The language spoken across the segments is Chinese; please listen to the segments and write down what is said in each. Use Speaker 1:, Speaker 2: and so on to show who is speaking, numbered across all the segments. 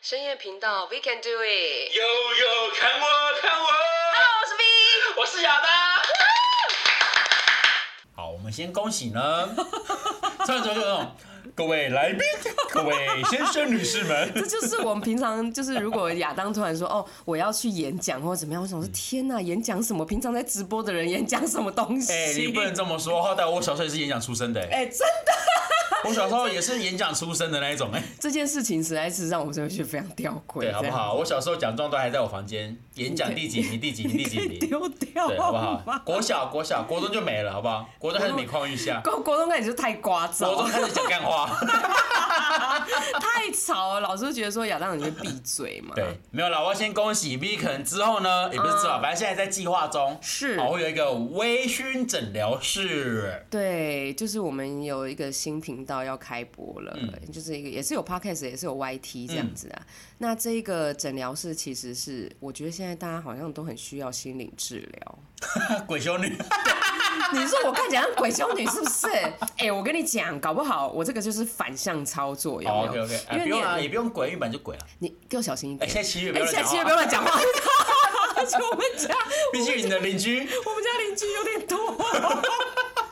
Speaker 1: 深夜频道，We can do it。
Speaker 2: 悠悠，看我，看我，
Speaker 1: Hello，我是 V。
Speaker 2: 我是亚当。好，我们先恭喜呢， 唱完之后就那种，各位来宾，各位先生女士们，
Speaker 1: 这 就是我们平常就是，如果亚当突然说哦，我要去演讲或者怎么样，我想说天哪，演讲什么？平常在直播的人演讲什么东西？
Speaker 2: 哎、你不能这么说，但我小时候也是演讲出身的、哎
Speaker 1: 哎真的
Speaker 2: 我小时候也是演讲出身的那一种、哎，
Speaker 1: 这件事情实在是让我真的觉得非常吊诡，
Speaker 2: 对，好不好？我小时候奖状都还在我房间，演讲第几名，第几名，第
Speaker 1: 这
Speaker 2: 几
Speaker 1: 样？可
Speaker 2: 名，
Speaker 1: 以丢 掉
Speaker 2: 对，好不好？
Speaker 1: 吗？
Speaker 2: 国小，国小，国中就没了，好不好？国中开始每况愈下，
Speaker 1: 国国中开始就太聒
Speaker 2: 啊国
Speaker 1: 噪
Speaker 2: 中，开始讲干 话。
Speaker 1: 太吵了，老师就觉得说亚当你就闭嘴嘛。
Speaker 2: 对，没有啦，我要先恭喜 V 肯之后呢，也不是之后，反正现在在计划中，
Speaker 1: 是
Speaker 2: 哦，会有一个微醺诊疗室，
Speaker 1: 对，就是我们有一个新频道要开播了，
Speaker 2: 嗯
Speaker 1: 就是一个也是有 podcast，也是有 YT 这样子啊。那这一个诊疗室其实是，我觉得现在大家好像都很需要心灵治疗。
Speaker 2: 鬼修女，
Speaker 1: 你说我看起来像鬼修女是不是？哎、我跟你讲，搞不好我这个就是反向操作，有
Speaker 2: 好
Speaker 1: 没有
Speaker 2: ，OK OK，哦不
Speaker 1: 因为你
Speaker 2: 用啊，也不用鬼，本来就鬼啊，
Speaker 1: 你给我小心一
Speaker 2: 哎，
Speaker 1: 点。
Speaker 2: 现在七月不
Speaker 1: 哎
Speaker 2: 要
Speaker 1: 现在
Speaker 2: 乱
Speaker 1: 七
Speaker 2: 讲
Speaker 1: 月不要
Speaker 2: 话，
Speaker 1: 乱讲话， 而且我们家
Speaker 2: 毕竟你的邻居，
Speaker 1: 我们家邻居有点多。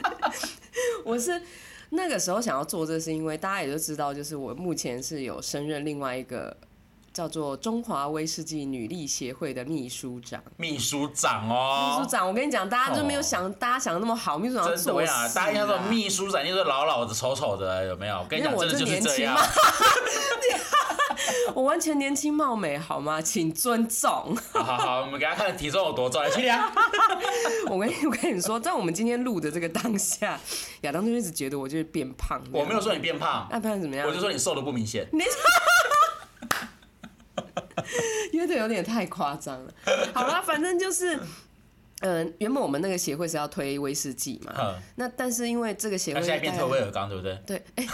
Speaker 1: 我是那个时候想要做这，是因为大家也就知道，就是我目前是有升任另外一个叫做中华威士忌女力协会的秘书长。
Speaker 2: 秘书长
Speaker 1: 秘
Speaker 2: 哦
Speaker 1: 书。长，我跟你讲，大家就没有想、大家想的那么好，秘书长要
Speaker 2: 真的，
Speaker 1: 做
Speaker 2: 我
Speaker 1: 事、
Speaker 2: 想
Speaker 1: 啊。
Speaker 2: 大家应该说秘书长，就是老老的、丑丑的，有没有？我跟你
Speaker 1: 因
Speaker 2: 讲，
Speaker 1: 为我
Speaker 2: 真的
Speaker 1: 这
Speaker 2: 就是
Speaker 1: 年
Speaker 2: 这
Speaker 1: 轻
Speaker 2: 样
Speaker 1: 嘛。 我完全年轻貌美，好吗？请尊重。
Speaker 2: 好好好，我们给大家看体重有多重，来，去量。
Speaker 1: 我跟我跟你说，在我们今天录的这个当下，亚当就一直觉得我就是变胖。
Speaker 2: 我没有，说你变胖，
Speaker 1: 那不然怎么样？
Speaker 2: 我就说你瘦的不明显。
Speaker 1: 你因为这有点太夸张 了。好啦，反正就是，嗯、原本我们那个协会是要推威士忌嘛，
Speaker 2: 哼，
Speaker 1: 那但是因为这个协
Speaker 2: 嗯那
Speaker 1: 会
Speaker 2: 现在变
Speaker 1: 大
Speaker 2: 特
Speaker 1: 家
Speaker 2: 威尔刚，对不对？
Speaker 1: 对，哎、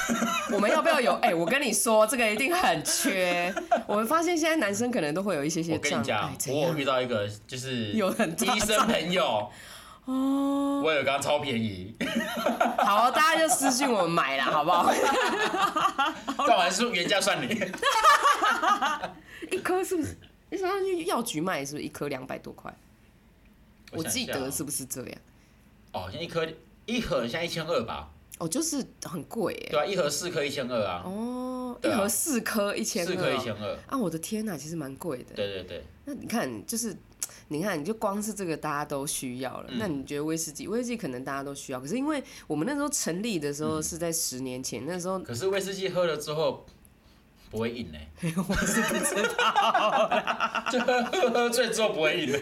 Speaker 1: 我们要不要有？哎、我跟你说，这个一定很 缺。我们发现现在男生可能都会有一些些
Speaker 2: 我跟
Speaker 1: 障
Speaker 2: 你讲
Speaker 1: 碍，，怎
Speaker 2: 我有
Speaker 1: 样？
Speaker 2: 遇到一个就是
Speaker 1: 有很大
Speaker 2: 医生朋友，
Speaker 1: 哦，
Speaker 2: 威尔刚超便宜，
Speaker 1: 好，大家就私信我们买 啦，好不好？
Speaker 2: 干嘛是原价算你？
Speaker 1: 一颗是不是？你想要去药局卖，是不是一颗两百多块？我
Speaker 2: 想
Speaker 1: 记
Speaker 2: 一下啊
Speaker 1: 得是不是这样？
Speaker 2: 哦，像一颗一盒现在一千二吧，
Speaker 1: 哦，就是很贵哎、
Speaker 2: 对啊，一盒四颗一千二啊，
Speaker 1: 哦，一
Speaker 2: 对啊
Speaker 1: 盒四颗一千，哦
Speaker 2: 四颗一千二，
Speaker 1: 啊！我的天呐，其实蛮贵的。
Speaker 2: 对对对，
Speaker 1: 那你看，就是你看，你就光是这个大家都需要
Speaker 2: 嗯
Speaker 1: 了。那你觉得威士忌？威士忌可能大家都需要，可是因为我们那时候成立的
Speaker 2: 嗯
Speaker 1: 时候是在十年前，那时候
Speaker 2: 可是威士忌喝了之后不会硬呢，
Speaker 1: 我是不知道，
Speaker 2: 就喝喝喝醉之后不会硬的，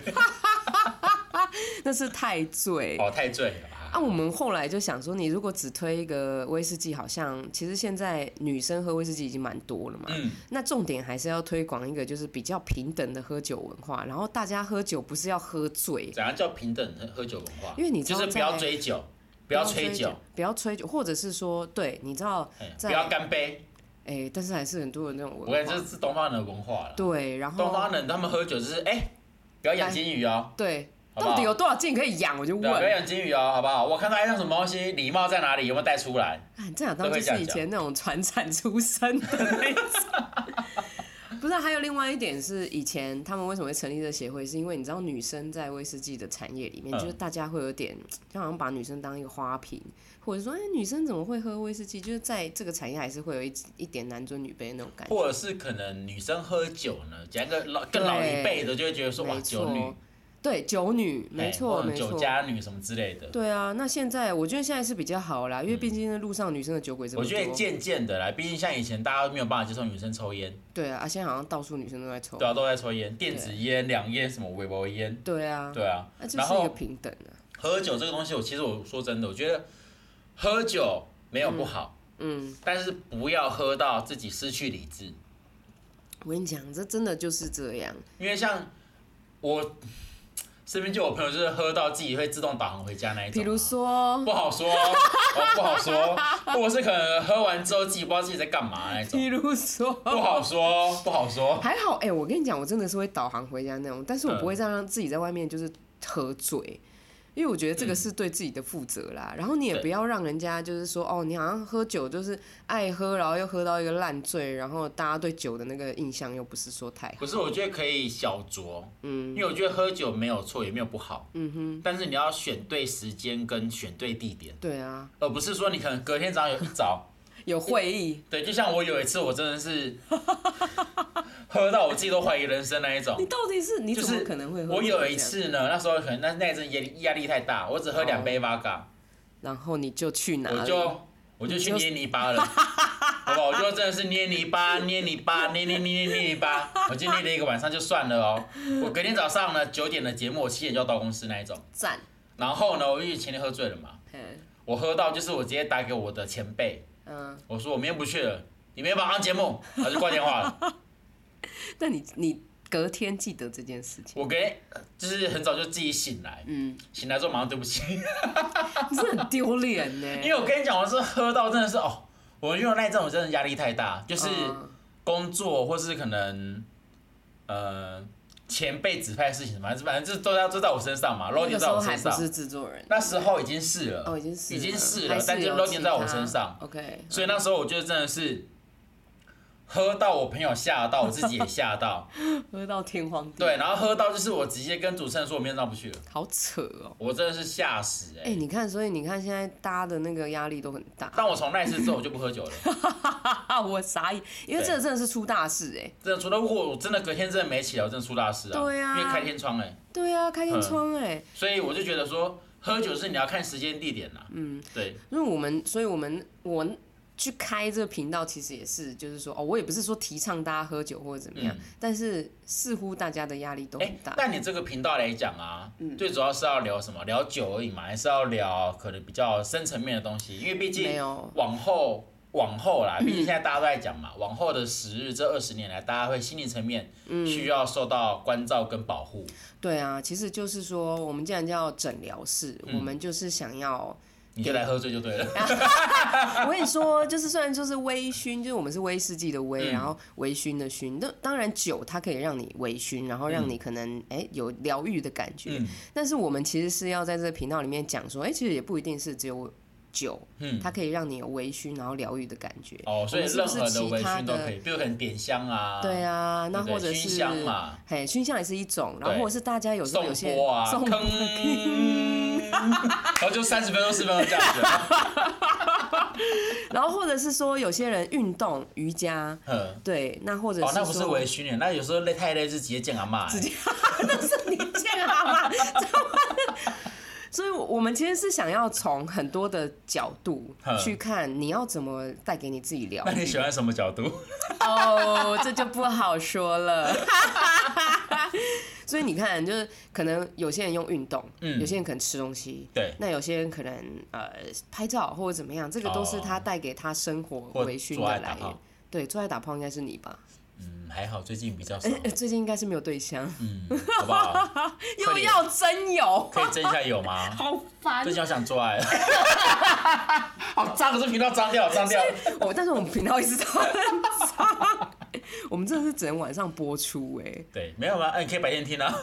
Speaker 1: 那是太醉。
Speaker 2: 哦，太醉了吧？
Speaker 1: 啊，我们后来就想说，你如果只推一个威士忌，好像其实现在女生喝威士忌已经蛮多了嘛。
Speaker 2: 嗯，
Speaker 1: 那重点还是要推广一个就是比较平等的喝酒文化，然后大家喝酒不是要喝醉，
Speaker 2: 怎样叫平等喝喝酒文化？
Speaker 1: 因为你知
Speaker 2: 就
Speaker 1: 道
Speaker 2: 是不要
Speaker 1: 在
Speaker 2: 追酒，
Speaker 1: 不
Speaker 2: 不要吹酒
Speaker 1: 酒，，不要吹酒，或者是说，对，你知道
Speaker 2: 哎
Speaker 1: 在
Speaker 2: 不要干杯，
Speaker 1: 哎、但是还是很多人那种
Speaker 2: 我感
Speaker 1: 文
Speaker 2: 觉这
Speaker 1: 化，
Speaker 2: 是东方人的文化了。
Speaker 1: 对，然
Speaker 2: 东
Speaker 1: 后
Speaker 2: 方人他们喝酒就是哎、不要养金鱼哦，
Speaker 1: 对，
Speaker 2: 好不好
Speaker 1: 到底有多少件可以养？我就问
Speaker 2: 对，，不要养金鱼哦，好不好？我看到爱上什么东西，礼貌在哪里，有没有带出来？
Speaker 1: 啊，这亚当就是以前那种传产出身的那种。 不是啊、还有另外一点是，以前他们为什么会成立这个协会，是因为你知道女生在威士忌的产业里面，
Speaker 2: 嗯
Speaker 1: 就是大家会有点，就好像把女生当一个花瓶，或者说，哎、女生怎么会喝威士忌？就是在这个产业还是会有一一点男尊女卑的那种感觉。
Speaker 2: 或者是可能女生喝酒呢，讲一个老更老一辈的就会觉得说哇
Speaker 1: 没
Speaker 2: 酒女
Speaker 1: 错，，对，酒女，
Speaker 2: 哎
Speaker 1: 没错，
Speaker 2: 或者
Speaker 1: 没
Speaker 2: 酒
Speaker 1: 错。
Speaker 2: 家女什么之类的。
Speaker 1: 对啊，那现在我觉得现在是比较好啦，因为毕竟那路上女生的酒鬼这
Speaker 2: 嗯
Speaker 1: 么
Speaker 2: 我
Speaker 1: 多。
Speaker 2: 觉得渐渐的啦，毕竟像以前大家都没有办法接受女生抽烟，
Speaker 1: 对啊，啊现在好像到处女生都在抽。
Speaker 2: 对啊，都在抽烟，电子烟、两烟什么微博烟，
Speaker 1: 对啊，
Speaker 2: 对啊
Speaker 1: 那。就
Speaker 2: 然
Speaker 1: 是一个
Speaker 2: 后
Speaker 1: 平等啊。
Speaker 2: 喝酒这个东西，我其实我说真的，我觉得喝酒没有不好，
Speaker 1: 嗯，
Speaker 2: 但是不要喝到自己失去理智。
Speaker 1: 我跟你讲，这真的就是这样。
Speaker 2: 因为像我身边就有朋友就是喝到自己会自动导航回家那一
Speaker 1: 比
Speaker 2: 种啊、
Speaker 1: 如说，
Speaker 2: 不好 说，哦不好说，或者是可能喝完之后自己不知道自己在干嘛那一种，
Speaker 1: 比如
Speaker 2: 不
Speaker 1: 说，
Speaker 2: 好说，不好说。
Speaker 1: 还好哎、我跟你讲，我真的是会导航回家那种，但是我
Speaker 2: 嗯
Speaker 1: 不会再让自己在外面就是喝醉。因为我觉得这个是对自己的负责啦。然后你也
Speaker 2: 对
Speaker 1: 不要让人家就是说，哦，你好像喝酒就是爱喝，然后又喝到一个烂醉，然后大家对酒的那个印象又不是说太好。
Speaker 2: 不是，我觉得可以小酌，嗯，因为我觉得喝酒没有错，也没有不好，嗯哼，但是你要选对时间跟选对地点，
Speaker 1: 对啊，
Speaker 2: 而不是说你可能隔天早上有一 早，
Speaker 1: 有会议，
Speaker 2: 对，就像我有一次我真的是 喝到我自己都怀疑人生那一种
Speaker 1: 你，到底是你
Speaker 2: 就
Speaker 1: 怎
Speaker 2: 是
Speaker 1: 么可能会喝？
Speaker 2: 我有一，次呢，那时候可能那那一阵压力压力太大，我只喝两
Speaker 1: 哦
Speaker 2: 杯 v o d
Speaker 1: 然后你就去哪里？
Speaker 2: 我就我就去捏泥巴 了，好不好？我就真的是捏泥巴，捏泥巴，捏捏捏捏捏泥巴，我就捏了一个晚上就算了哦。我隔天早上呢，九点的节目，我七点就要到公司那一种。
Speaker 1: 赞，
Speaker 2: 然后呢，我因为前天喝醉了嘛，
Speaker 1: 嗯
Speaker 2: 我喝到就是我直接打给我的前辈，
Speaker 1: 嗯，
Speaker 2: 我说我明天不去了，你明天帮我上节目，他就挂电话了。
Speaker 1: 那你你隔天记得这件 事情，
Speaker 2: 我给就是很早就自己醒来，
Speaker 1: 嗯，
Speaker 2: 醒来之后马上对不起，
Speaker 1: 你是很丢脸呢。
Speaker 2: 因为我跟你讲，我是喝到真的是哦，我因为那一阵我真的压力太大，就是。
Speaker 1: 嗯
Speaker 2: 工作或是可能呃前辈指派的事情什么，反正这都在都在我身上嘛
Speaker 1: 那
Speaker 2: ，loading
Speaker 1: 个时
Speaker 2: 在
Speaker 1: 候
Speaker 2: 我
Speaker 1: 还
Speaker 2: 身
Speaker 1: 不
Speaker 2: 上。
Speaker 1: 是制作人，
Speaker 2: 那时候已经是了，
Speaker 1: 哦，已经是
Speaker 2: 已经是
Speaker 1: 是
Speaker 2: 了，但
Speaker 1: 是
Speaker 2: 是
Speaker 1: 有
Speaker 2: loading
Speaker 1: 其
Speaker 2: 在我
Speaker 1: 他嗯
Speaker 2: 身上，
Speaker 1: OK，
Speaker 2: 所以那时候我就真的是喝到我朋友吓到，我自己也吓 到，
Speaker 1: 喝到天荒地
Speaker 2: 对，然后喝到就是我直接跟主持人说我明天上不去了，
Speaker 1: 老，好扯哦。
Speaker 2: 我真的是吓死哎、
Speaker 1: 哎、你看，所以你看，现在大家的那个压力都很大。
Speaker 2: 但我从那一次之后我就不喝酒了，
Speaker 1: 啊，我傻眼，因为
Speaker 2: 对
Speaker 1: 这个真的是出大事哎、
Speaker 2: 真的，除了如果我真的隔天真的没起来，我真的出大事啊，
Speaker 1: 对啊
Speaker 2: 因为开天窗哎、
Speaker 1: 对啊，开天窗哎、
Speaker 2: 所以我就觉得说，喝酒是你要看时间地点啦。嗯，对，
Speaker 1: 因为我们，所以我们我去开这个频道，其实也是，就是说，哦，我也不是说提倡大家喝酒或者怎么样，
Speaker 2: 嗯
Speaker 1: 但是似乎大家的压力都
Speaker 2: 哎
Speaker 1: 很大。，
Speaker 2: 那你这个频道来讲啊，
Speaker 1: 嗯
Speaker 2: 最主要是要聊什么？聊酒而已嘛，还是要聊可能比较深层面的东西？因为毕
Speaker 1: 没
Speaker 2: 竟
Speaker 1: 有，嗯
Speaker 2: 往后往后啦，毕竟现在大家都在讲嘛，往后的时日这二十年来，大家会心理层面
Speaker 1: 嗯
Speaker 2: 需要受到关照跟保护。
Speaker 1: 对啊，其实就是说，我们既然叫诊疗室，
Speaker 2: 嗯
Speaker 1: 我们就是想要
Speaker 2: 你就来喝醉就对了，
Speaker 1: 我跟你说，就是虽然说是微醺，就是我们是威士忌的威，
Speaker 2: 嗯
Speaker 1: 然后微醺的醺，那当然酒它可以让你微醺，然后让你可能哎、有疗愈的感觉。
Speaker 2: 嗯
Speaker 1: 但是我们其实是要在这个频道里面讲说，哎、其实也不一定是只有酒，
Speaker 2: 嗯
Speaker 1: 它可以让你有微醺然后疗愈的感觉。
Speaker 2: 哦，所以
Speaker 1: 我们是
Speaker 2: 任
Speaker 1: 不
Speaker 2: 何
Speaker 1: 是
Speaker 2: 的微
Speaker 1: 其他
Speaker 2: 醺都
Speaker 1: 的
Speaker 2: 可以，比如可能点香啊，
Speaker 1: 对啊，
Speaker 2: 对
Speaker 1: 那
Speaker 2: 不对，
Speaker 1: 或者
Speaker 2: 熏
Speaker 1: 是
Speaker 2: 香嘛，
Speaker 1: 嘿，熏香也是一种，然后
Speaker 2: 对
Speaker 1: 或者是大家有时候有
Speaker 2: 送
Speaker 1: 些
Speaker 2: 播啊，
Speaker 1: 送
Speaker 2: 坑， 然后就三十分钟、四十分钟这样子。
Speaker 1: 然后或者是说有些人运动瑜伽，
Speaker 2: 嗯，
Speaker 1: 对，那或者是
Speaker 2: 哦，那不是
Speaker 1: 说
Speaker 2: 微醺耶，那有时候累太累就直接见阿骂。
Speaker 1: 那是你啊见好吗？啊所以，我我们其实是想要从很多的角度
Speaker 2: 哼
Speaker 1: 去看，你要怎么带给你自己疗
Speaker 2: 那你
Speaker 1: 愈。
Speaker 2: 喜欢什么角度？
Speaker 1: 哦，这就不好说了。 所以你看，就是可能有些人用运动，
Speaker 2: 嗯
Speaker 1: 有些人可能吃东西，
Speaker 2: 对，
Speaker 1: 那有些人可能呃拍照或者怎么样，这个都是他带给他生活
Speaker 2: 或
Speaker 1: 微醺
Speaker 2: 哦做爱
Speaker 1: 的
Speaker 2: 打
Speaker 1: 来源
Speaker 2: 炮。
Speaker 1: 对，最爱打炮应该是你吧？哎
Speaker 2: 嗯，还好最近比较少，
Speaker 1: 最近应该是没有对象，
Speaker 2: 嗯，好不好？
Speaker 1: 又要真有， 哦
Speaker 2: 可以争一下有吗？
Speaker 1: 好烦
Speaker 2: 最近好想做 爱，好脏，这频道脏掉，脏掉。
Speaker 1: 我但是我们频道一直都很长， 我们真的是只能晚上播出哎、
Speaker 2: 对，没有吗？哎，你可以白天听啊，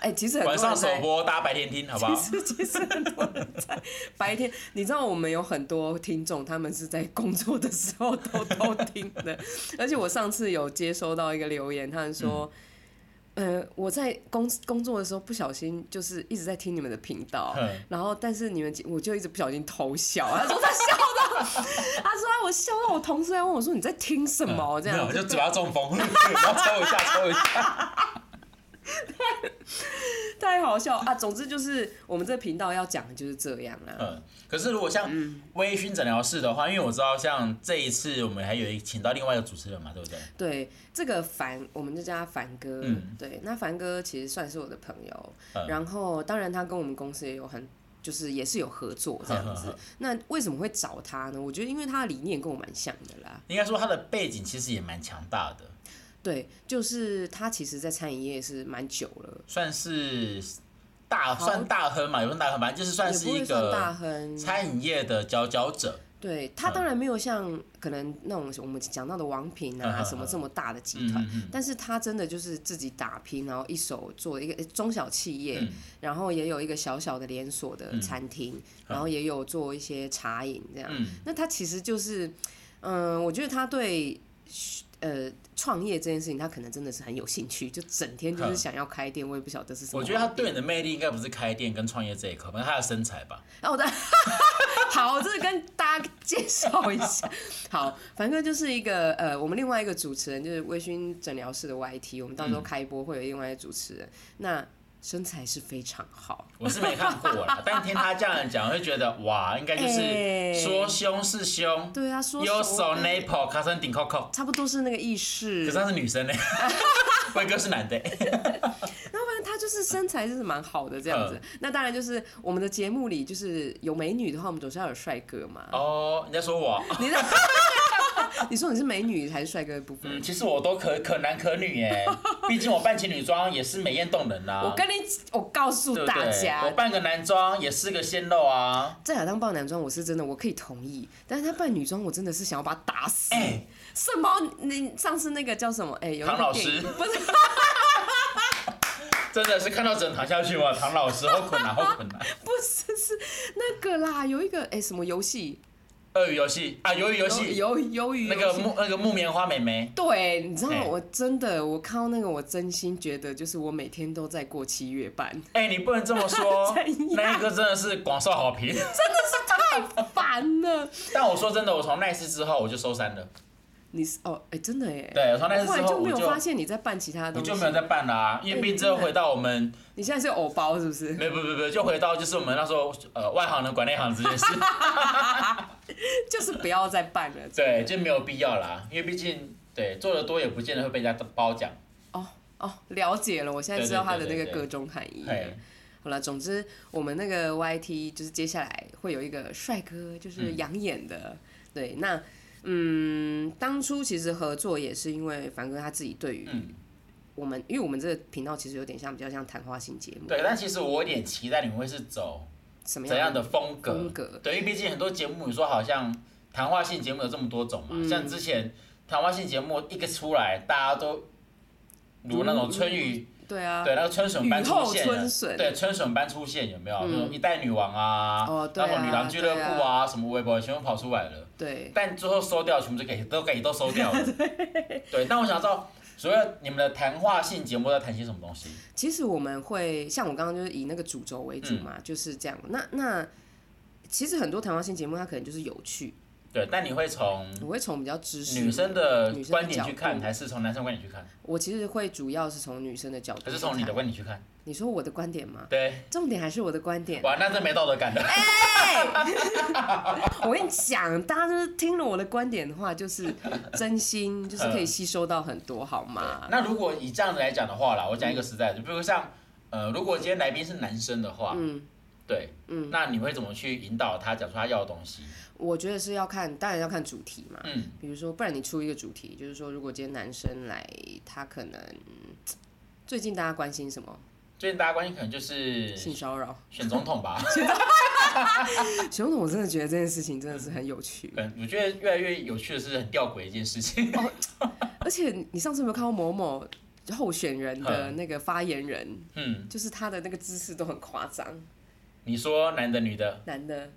Speaker 1: 哎、其实很多
Speaker 2: 晚
Speaker 1: 人
Speaker 2: 上首
Speaker 1: 在，
Speaker 2: 播，大家白天听， 好不好？
Speaker 1: 其实其实很多人在白天，你知道我们有很多听众，他们是在工作的时候偷偷听的，而且我上次有接收到一个留言，他们说。
Speaker 2: 嗯
Speaker 1: 呃，我在工工作的时候不小心就是一直在听你们的频道
Speaker 2: 嗯，
Speaker 1: 然后但是你们我就一直不小心偷笑，他说他笑到，他说啊我笑到我同事在问我说你在听什么哦这
Speaker 2: 嗯没
Speaker 1: 样
Speaker 2: 有，
Speaker 1: 子
Speaker 2: 就嘴巴中风， 然后抽一下，抽一下。
Speaker 1: 太好笑啊！总之就是我们这频道要讲的就是这样啦。
Speaker 2: 嗯，可是如果像微醺诊疗室的话，因为我知道像这一次我们还有一请到另外一个主持人嘛，对不对？
Speaker 1: 对，这个凡我们就叫他凡哥。
Speaker 2: 嗯
Speaker 1: 对，那凡哥其实算是我的朋友，
Speaker 2: 嗯
Speaker 1: 然后当然他跟我们公司也有很。就是也是有合作这样
Speaker 2: 呵呵
Speaker 1: 子
Speaker 2: 呵，
Speaker 1: 那为什么会找他呢？我觉得因为他的理念跟我蛮像的啦。
Speaker 2: 应该说他的背景其实也蛮强大的，
Speaker 1: 对，就是他其实，在餐饮业是蛮久了，
Speaker 2: 算是大
Speaker 1: 好
Speaker 2: 算大亨嘛，也不算大亨，反正就是算
Speaker 1: 也
Speaker 2: 是
Speaker 1: 不
Speaker 2: 一
Speaker 1: 会算大
Speaker 2: 个
Speaker 1: 亨。
Speaker 2: 餐饮业的佼佼者。
Speaker 1: 对他
Speaker 2: 嗯
Speaker 1: 当然没有像可能那种我们讲到的王品啊
Speaker 2: 嗯嗯
Speaker 1: 什么这么大的集
Speaker 2: 嗯
Speaker 1: 团，
Speaker 2: 嗯
Speaker 1: 但是他真的就是自己打拼，然后一手做一个诶中小企业，
Speaker 2: 嗯
Speaker 1: 然后也有一个小小的连锁的餐厅，然后也有做一些茶饮这样。
Speaker 2: 嗯
Speaker 1: 那他其实就是，嗯、我觉得他对呃创业这件事情，他可能真的是很有兴趣，就整天就是
Speaker 2: 嗯
Speaker 1: 想要开店，我也不晓得是什么
Speaker 2: 我
Speaker 1: 毛
Speaker 2: 觉
Speaker 1: 病。
Speaker 2: 得他对你的魅力应该不是开店跟创业这一块，可能他的身材吧。
Speaker 1: 然后我的好，这个跟大家介绍一下。好，凡哥就是一个呃，我们另外一个主持人就是微醺诊疗室的 YT，我们
Speaker 2: 嗯
Speaker 1: 到时候开播会有另外一个主持人，那身材是非常好。
Speaker 2: 我是没看过啦， 但听他这样讲，我会觉得哇，应该就是
Speaker 1: 哎
Speaker 2: 说胸是胸，
Speaker 1: 对啊，说
Speaker 2: 右
Speaker 1: 手
Speaker 2: 手 nipple 卡森顶扣扣，
Speaker 1: 差不多是那个意
Speaker 2: 可
Speaker 1: 识
Speaker 2: 是。他是女生呢，辉哥是男的，欸
Speaker 1: 然后反正他就是身材就是蛮好的这样子。
Speaker 2: 嗯
Speaker 1: 那当然就是我们的节目里就是有美女的话，我们总是要有帅哥嘛。
Speaker 2: 哦，你在说我？
Speaker 1: 你 的你说你是美女还是帅哥的部分？
Speaker 2: 嗯，其实我都可可男可女耶，毕竟我扮情侣装也是美艳动人啦、
Speaker 1: 我跟你，我告诉
Speaker 2: 对不
Speaker 1: 大
Speaker 2: 对
Speaker 1: 家，？
Speaker 2: 我扮个男装也是个鲜肉啊。
Speaker 1: 在亚当扮男装，我是真的我可以同意，但是他扮女装，我真的是想要把他打死。
Speaker 2: 哎
Speaker 1: 什么？你上次那个叫什么？哎、有一
Speaker 2: 唐老
Speaker 1: 个
Speaker 2: 师
Speaker 1: 电影不是
Speaker 2: 真的是看到整躺下去吗？唐老师，好困难，好困难。
Speaker 1: 不是是那个啦，有一个哎、什么游戏？
Speaker 2: 鳄鱼游戏啊，鱿鱼游戏，
Speaker 1: 鱿鱿鱼游
Speaker 2: 那
Speaker 1: 戏
Speaker 2: 个木那个木棉花妹妹，
Speaker 1: 对，你知道吗
Speaker 2: 哎
Speaker 1: 我真的，我看到那个，我真心觉得就是我每天都在过七月 半，
Speaker 2: 哎、你不能这么说
Speaker 1: 怎样，
Speaker 2: 那一个真的是广受好评。
Speaker 1: 真的是太烦了。
Speaker 2: 但我说真的，我从那一次之后我就收山了，
Speaker 1: 你是哦，哎、真的哎，
Speaker 2: 对，我从那
Speaker 1: 我
Speaker 2: 次
Speaker 1: 后
Speaker 2: 之
Speaker 1: 来
Speaker 2: 后
Speaker 1: 就没
Speaker 2: 我
Speaker 1: 有
Speaker 2: 就
Speaker 1: 发现你在办其他
Speaker 2: 我
Speaker 1: 东西，
Speaker 2: 就没有再办啦、因为毕竟回到我们，
Speaker 1: 你现在是偶包是不是？
Speaker 2: 没不不不，就回到就是我们那时候呃外行人管内行这 件事，
Speaker 1: 就是不要再办了。
Speaker 2: 对，就没有必要啦，因为毕竟对做的多也不见得会被人家褒奖，
Speaker 1: 哦哦，了解了，我现在知道他的那
Speaker 2: 对对
Speaker 1: 个
Speaker 2: 对对对
Speaker 1: 各种含义了。
Speaker 2: 嘿，
Speaker 1: 好了，总之我们那个 YT 就是接下来会有一个帅哥，就是
Speaker 2: 嗯
Speaker 1: 养眼的。对，那嗯，当初其实合作也是因为凡哥他自己对于
Speaker 2: 嗯，
Speaker 1: 我们，因为我们这个频道其实有点像比较像谈话性节目，
Speaker 2: 对，但其实我有点期待你们会是走
Speaker 1: 什么
Speaker 2: 怎样
Speaker 1: 样
Speaker 2: 的风格？
Speaker 1: 风格
Speaker 2: 对，因为毕竟很多节目，你说好像谈话性节目有这么多种嘛，
Speaker 1: 嗯
Speaker 2: 像之前谈话性节目一个出来，大家都如那种春雨，
Speaker 1: 对啊，
Speaker 2: 对，那个春笋般
Speaker 1: 雨
Speaker 2: 出
Speaker 1: 后
Speaker 2: 现
Speaker 1: 春
Speaker 2: 了
Speaker 1: 笋嗯
Speaker 2: 对，春笋般出现有没有？那种一代女王啊，
Speaker 1: 哦对
Speaker 2: 那
Speaker 1: 啊
Speaker 2: 种女郎俱乐部啊，什么微博全部跑出来了，
Speaker 1: 对
Speaker 2: 但最后收掉，全部 就给都给都收掉了。对，但我想知道，所谓你们的谈话性节目在谈些什么东西？
Speaker 1: 其实我们会像我刚刚就是以那个主轴为主嘛，
Speaker 2: 嗯
Speaker 1: 就是这样。那那其实很多谈话性节目它可能就是有趣，
Speaker 2: 对，但你会从
Speaker 1: 我会从比较知识
Speaker 2: 嗯女生的
Speaker 1: 女生的
Speaker 2: 观点去
Speaker 1: 角
Speaker 2: 看，
Speaker 1: 度
Speaker 2: 还是从男生观点去看？
Speaker 1: 我其实会主要是从女生的角度，
Speaker 2: 还是从你的，观点去看？
Speaker 1: 你说我的观点吗？
Speaker 2: 对，
Speaker 1: 重点还是我的观 点。
Speaker 2: 哇，那真没道德感的。
Speaker 1: 哎我跟你讲，大家就是听了我的观点的话，就是真心，就是可以吸收到很多，好吗？
Speaker 2: 那如果以这样子来讲的话啦，我讲一个实在的，就比如像呃，如果今天来宾是男生的话，
Speaker 1: 嗯，
Speaker 2: 对，嗯，那你会怎么去引导他讲出他要的东西？
Speaker 1: 我觉得是要看，当然要看主题嘛。
Speaker 2: 嗯，
Speaker 1: 比如说，不然你出一个主题，就是说，如果今天男生来，他可能嗯最近大家关心什么？
Speaker 2: 最近大家关心可能就是
Speaker 1: 性骚扰。
Speaker 2: 选总统吧，
Speaker 1: 熊总，我真的觉得这件事情真的是很有趣。
Speaker 2: 嗯，我觉得越来越有趣的是很吊诡的一件事情。
Speaker 1: 而且你上次有没有看到某某候选人的那个发言人，
Speaker 2: 嗯，
Speaker 1: 就是他的那个姿势都很夸张，
Speaker 2: 你说男的女的，
Speaker 1: 男的，